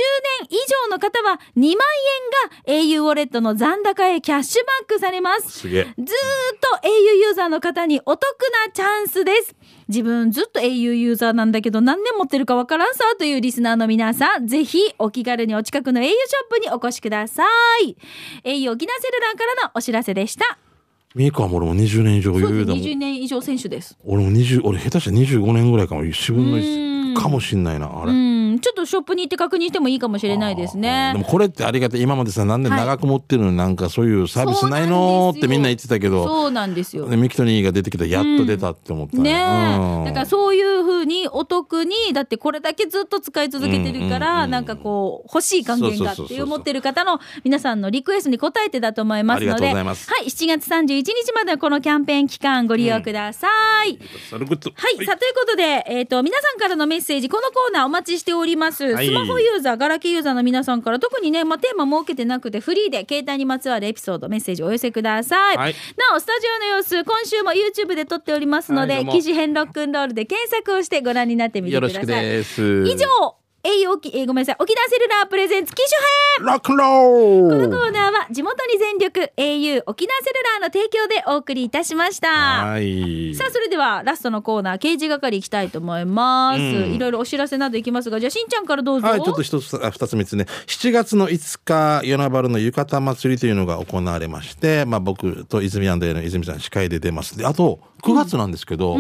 Speaker 1: 上の方は2万円が au ウォレットの残高へキャッシュバックされます。
Speaker 2: すげえ。
Speaker 1: ずーっと au ユーザーの方にお得なチャンスです。自分ずっと au ユーザーなんだけど何年持ってるかわからんさというリスナーの皆さん、ぜひお気軽にお近くの au ショップにお越しください。au 沖縄セルラーからのお知らせでした。
Speaker 2: ミーコはもう俺も20年以上
Speaker 1: そう
Speaker 2: 余
Speaker 1: で
Speaker 2: 裕
Speaker 1: す
Speaker 2: だもん。
Speaker 1: 20年以上選手です。
Speaker 2: 俺も20、俺下手したら25年ぐらいかも、4分の
Speaker 1: うん
Speaker 2: 1かもしんないな、あ
Speaker 1: う
Speaker 2: れ。
Speaker 1: ん、うん、ちょっとショップに行って確認してもいいかもしれないですね
Speaker 2: で。もこれってありがたい今までさ何年
Speaker 1: はい
Speaker 2: 長く持ってるのになんかそういうサービスないのーってみんな言ってたけど
Speaker 1: そうなんですよ。
Speaker 2: ねミキトニーが出てきたらやっと出たって思った
Speaker 1: ねえ、
Speaker 2: うん
Speaker 1: だからそういうふうにお得にだってこれだけずっと使い続けてるから、
Speaker 2: うんうんうん
Speaker 1: なんかこう欲しい還元がっ
Speaker 2: そうそうそう
Speaker 1: て
Speaker 2: そ
Speaker 1: い
Speaker 2: う
Speaker 1: う
Speaker 2: そう
Speaker 1: 思ってる方の皆さんのリクエストに応えてだと思います
Speaker 2: ありが
Speaker 1: の
Speaker 2: とう
Speaker 1: で
Speaker 2: ございます
Speaker 1: はい7月31日までのこのキャンペーン期間ご利用ください。
Speaker 2: それこそ
Speaker 1: はい、さあということで、えっ、と、皆さんからのメッセージ、このコーナーお待ちしております。
Speaker 2: はい
Speaker 1: スマホユーザー、ガラケーユーザーの皆さんから、特にね、まあ、テーマ設けてなくて、フリーで、携帯にまつわるエピソード、メッセージお寄せください。
Speaker 2: はい
Speaker 1: なお、スタジオの様子、今週も YouTube で撮っておりますので、
Speaker 2: はいどうも
Speaker 1: 記事編ロックンロールで検索をしてご覧になってみて
Speaker 2: よ
Speaker 1: く
Speaker 2: ろ
Speaker 1: だ
Speaker 2: し
Speaker 1: さい。
Speaker 2: くです
Speaker 1: 以上、栄養き、えーごめんなさい、沖縄セルラープレゼンツ、機種編
Speaker 2: ロックンロ
Speaker 1: こ
Speaker 2: ー
Speaker 1: の
Speaker 2: ル
Speaker 1: コーナーは、地元に全力、au 沖縄セルラーの提供でお送りいたしました。
Speaker 2: はい
Speaker 1: さあそれではラストのコーナー刑事係行きたいと思います、
Speaker 2: うん
Speaker 1: いろいろお知らせなどいきますがじゃあしんちゃんからどうぞ、
Speaker 2: はい、ちょっと一つ、あ二つ三つね。7月の5日、与那原の浴衣祭りというのが行われまして、まあ僕と泉アンドエの泉さん司会で出ます。で、あと、9月なんですけど、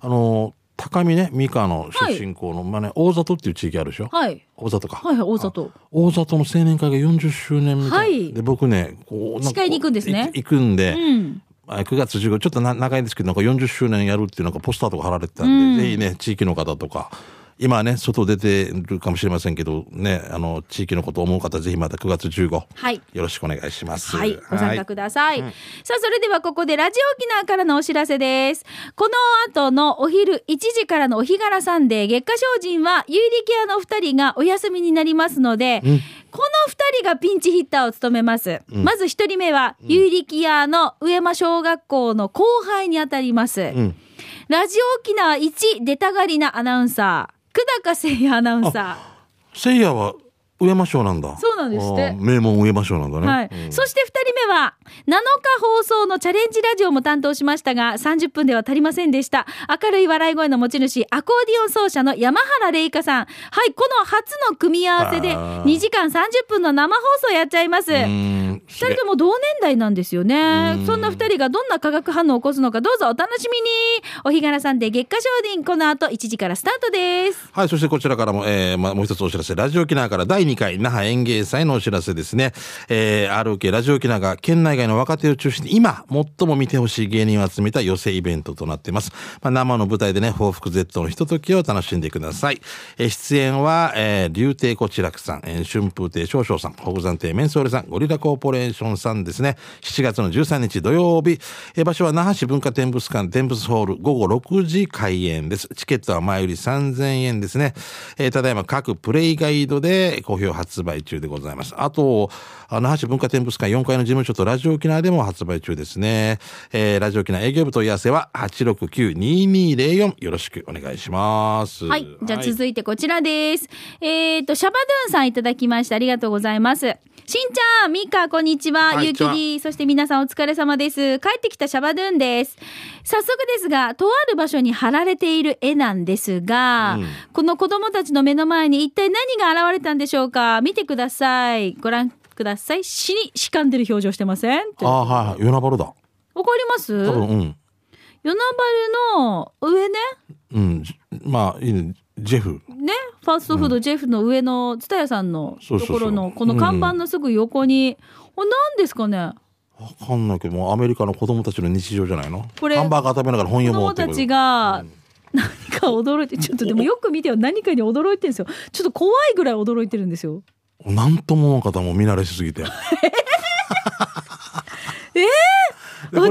Speaker 2: あの、高見ね、三河の出身校の、まあね、大里っていう地域あるでしょ、
Speaker 1: はい
Speaker 2: 大里か。
Speaker 1: はいはい大里
Speaker 2: 大里の青年会が40周年みたいな。
Speaker 1: はい
Speaker 2: で、僕ね、こう、な
Speaker 1: 司会に行くんですね
Speaker 2: い行くんで、
Speaker 1: うん
Speaker 2: あ9月15ちょっとな長いんですけどなんか40周年やるっていうなんかポスターとか貼られてたんで、ぜひね地域の方とか今ね外出てるかもしれませんけどねあの地域のことを思う方ぜひまた9月15、
Speaker 1: はい
Speaker 2: よろしくお願いします。
Speaker 1: はい、ご参加ください。さあ、それではここでラジオ沖縄からのお知らせです。この後のお昼1時からのお日柄サンデー月下精進は、有力屋のお二人がお休みになりますので、この二人がピンチヒッターを務めます。まず一人目は、有力屋の上間小学校の後輩にあたります。
Speaker 2: ん
Speaker 1: ラジオ沖縄1出たがりなアナウンサー、久高誠也アナウンサー。
Speaker 2: せいやは上間賞なんだ。
Speaker 1: そうなんですって
Speaker 2: あー名門上間賞なんだね。
Speaker 1: はいそして2人目は7日放送のチャレンジラジオも担当しましたが30分では足りませんでした明るい笑い声の持ち主アコーディオン奏者の山原玲香さんはいこの初の組み合わせで
Speaker 2: あー
Speaker 1: 2時間30分の生放送やっちゃいます
Speaker 2: う
Speaker 1: 2
Speaker 2: ん
Speaker 1: 人とも同年代なんですよねそんな2人がどんな化学反応を起こすのかどうぞお楽しみにお日柄さんで月下精進この後1時からスタートです
Speaker 2: はい、そしてこちらからも、えーまあ、もう一つお知らせ、ラジオ沖縄から第2回那覇園芸祭のお知らせですね。えー、ROK ラジオ沖縄が県内外の若手を中心に今、最も見てほしい芸人を集めた寄せイベントとなっています。まあ、生の舞台でね、報復 Z のひとときを楽しんでください。えー出演は、えー、竜亭こちらくさん、えー春風亭少々さん、北山亭メンソーレさん、ゴリラコーポレーションさんですね。7月の13日土曜日、えー場所は那覇市文化展物館展物ホール午後6時開演です。チケットは前より3000円ですね。えーただいま各プレイガイドで好評発売中でございます。あと、あ那覇市文化展物館4階の事務所とラジオ沖縄でも発売中ですね。えーラジオ沖縄営業部問い合わせは869-2204よろしくお願いします。
Speaker 1: はい。じゃあ続いてこちらです。えっ、と、シャバドゥンさんいただきましてありがとうございます。しんちゃん、みーか、こんにちは。
Speaker 2: はい
Speaker 1: ゆうき
Speaker 2: こんに
Speaker 1: り、そして皆さんお疲れ様です。帰ってきたシャバドゥンです。早速ですが、とある場所に貼られている絵なんですが、この子供たちの目の前に一体何が現れたんでしょうか見てください。ご覧ください。死にしかんでる表情してません
Speaker 2: ああ、はいはい。与那原だ。
Speaker 1: わかります
Speaker 2: 多分、
Speaker 1: 与
Speaker 2: うん。
Speaker 1: 那原の上ね。
Speaker 2: うん。じまあ、いいねジェフ。
Speaker 1: ね、ファーストフードジェフの上の蔦屋さんの
Speaker 2: そ
Speaker 1: と
Speaker 2: うそうそう
Speaker 1: ころのこの看板のすぐ横に、これ何ですかね
Speaker 2: わかんないけど、もうアメリカの子供たちの日常じゃないの
Speaker 1: これ
Speaker 2: ハンバーガー食べながら本
Speaker 1: 子
Speaker 2: 読も
Speaker 1: 供
Speaker 2: うって
Speaker 1: た
Speaker 2: こと
Speaker 1: ちが何か驚いてちょっとでもよく見てよ何かに驚いてるんですよちょっと怖いぐらい驚いてるんですよ
Speaker 2: なんとも思う方もう見慣れしすぎて。え
Speaker 1: え私もこれ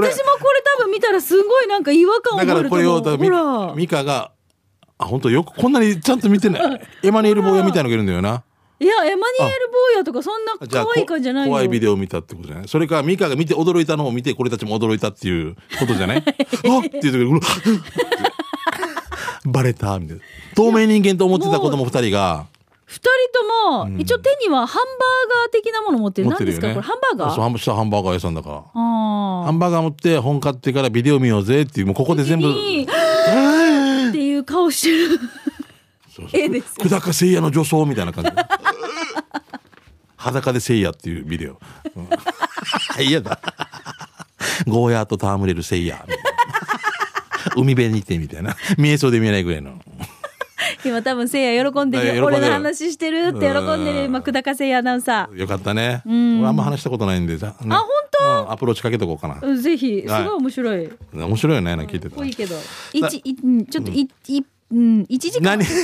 Speaker 1: 多分見たらすごいなんか違和感を
Speaker 2: だ
Speaker 1: 覚
Speaker 2: か
Speaker 1: え
Speaker 2: ら
Speaker 1: る
Speaker 2: ことれ
Speaker 1: 思う
Speaker 2: を、だから
Speaker 1: ほ
Speaker 2: ミ
Speaker 1: ら
Speaker 2: ミカが、あ、本当よくこんなにちゃんと見 てない。エマニュエル坊やみたいなのがいるんだよな。
Speaker 1: いやエマニュエル・坊やとかそんな可愛い感じじゃない
Speaker 2: こ
Speaker 1: よ
Speaker 2: 怖いビデオを見たってことじゃないそれか、ミカが見て驚いたのを見て、これたちも驚いたっていうこ とじゃないあっていう時にうわっってバレた、みたいな。透明人間と思ってた子供二人が、
Speaker 1: 二人とも一応手にはハンバーガー的なもの持ってる
Speaker 2: 持っ
Speaker 1: 何
Speaker 2: て
Speaker 1: です
Speaker 2: るよ
Speaker 1: か
Speaker 2: ね。
Speaker 1: これハンバーガ
Speaker 2: そ
Speaker 1: ー
Speaker 2: うハンバ下ハンバーガー屋さんだから。
Speaker 1: あ
Speaker 2: ハンバーガー持って本買ってからビデオ見ようぜっていうもうここで
Speaker 1: ー
Speaker 2: 全部
Speaker 1: にっていう顔してる
Speaker 2: そうそう
Speaker 1: 絵です
Speaker 2: 久高誠也の女装みたいな感じ 裸で誠也っていうビ デオうん嫌だゴーヤーと戯れる誠也みたいな海辺に行ってみたいな見えそうで見えないぐらいの
Speaker 1: 今多分せいや喜んで
Speaker 2: いや
Speaker 1: る
Speaker 2: 喜
Speaker 1: よ
Speaker 2: んで
Speaker 1: 俺
Speaker 2: る
Speaker 1: の話してるって喜んでる
Speaker 2: うん
Speaker 1: 今久高せいやアナウンサ
Speaker 2: よかったね。
Speaker 1: ん
Speaker 2: 俺あんま話したことないんで、じゃあ、ね。
Speaker 1: あ本
Speaker 2: うんアプローチかけとこうかな
Speaker 1: ー。うんぜひすご
Speaker 2: はい
Speaker 1: い面白い、
Speaker 2: 面白いよね、なんか聞いて。
Speaker 1: かってこいいけど一いうんちょっとい、いうん一時間
Speaker 2: 何何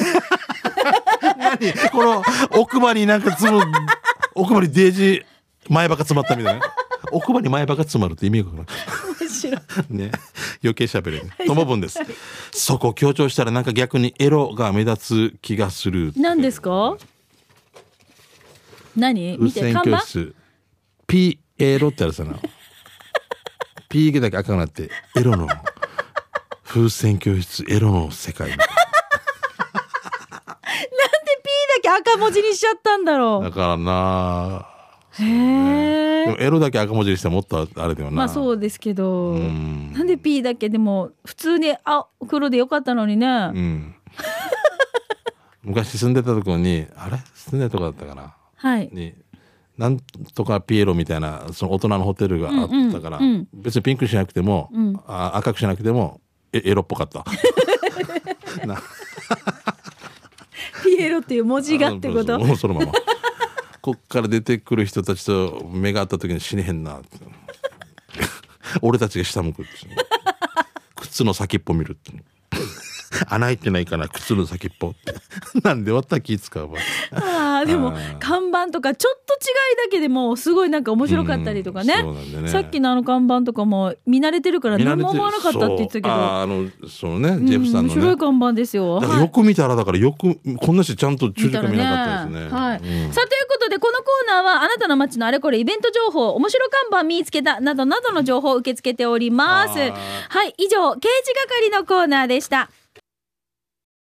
Speaker 2: この奥歯になんか詰む、奥歯にデージ前歯が詰まったみたいな。奥歯に前歯が詰まるって意味がかな。
Speaker 1: 面白い
Speaker 2: ね、余計喋れる。ともぶんです。そこ強調したらなんか逆にエロが目立つ気がする。
Speaker 1: 何ですか何
Speaker 2: うっ
Speaker 1: 見
Speaker 2: せ
Speaker 1: て
Speaker 2: ん
Speaker 1: 看
Speaker 2: 教
Speaker 1: 板
Speaker 2: 室。ピエロってあるさな。ピーだけ赤くなって、エロの。風船教室、エロの世界。
Speaker 1: P だけ赤文字にしちゃったんだろ
Speaker 2: だからな
Speaker 1: うへ
Speaker 2: で
Speaker 1: え
Speaker 2: もエロだけ赤文字にしてもっとあれだよな。
Speaker 1: まあそうですけど
Speaker 2: ん
Speaker 1: なんで P だけでも普通にあ黒でよかったのにね、
Speaker 2: うん。昔住んでたとこに、あれ住んでたとこだったかな
Speaker 1: はい
Speaker 2: に、なんとかピエロみたいな、その大人のホテルがあったから、
Speaker 1: うんうんうん
Speaker 2: 別にピンクにしなくても、
Speaker 1: うん
Speaker 2: あ赤くしなくても、えエロっぽ かった。な
Speaker 1: ピエロっていう文字がってこ
Speaker 2: あ
Speaker 1: と
Speaker 2: のもうその まま。こっから出てくる人たちと目が合った時に死ねへんなって。 俺たちが下向くっていう。靴の先っぽ見る っていう。穴開いてないから靴の先っぽって。なんで終わったら気使うわ。
Speaker 1: あーでも
Speaker 2: あー
Speaker 1: 看板とかちょっと違いだけでもすごいなんか面白かったりとかね,、
Speaker 2: うんそうなんだね
Speaker 1: さっきのあの看板とかも見慣れてるから
Speaker 2: 見られ
Speaker 1: 何
Speaker 2: て
Speaker 1: も思わなかったって言ってたけ
Speaker 2: そう
Speaker 1: ど。
Speaker 2: あーあの、そのね、ジェフさ
Speaker 1: うん
Speaker 2: んの
Speaker 1: 面白い
Speaker 2: ね。
Speaker 1: 看板ですよ。
Speaker 2: だからよく見たらだからよくこんな人ちゃんと中
Speaker 1: た
Speaker 2: 軸見なかったですね。
Speaker 1: はい
Speaker 2: うん
Speaker 1: さあということでこのコーナーはあなたの街のあれこれイベント情報面白看板見つけたなどなどの情報を受け付けております。
Speaker 2: はい
Speaker 1: はい以上刑事係のコーナーでした。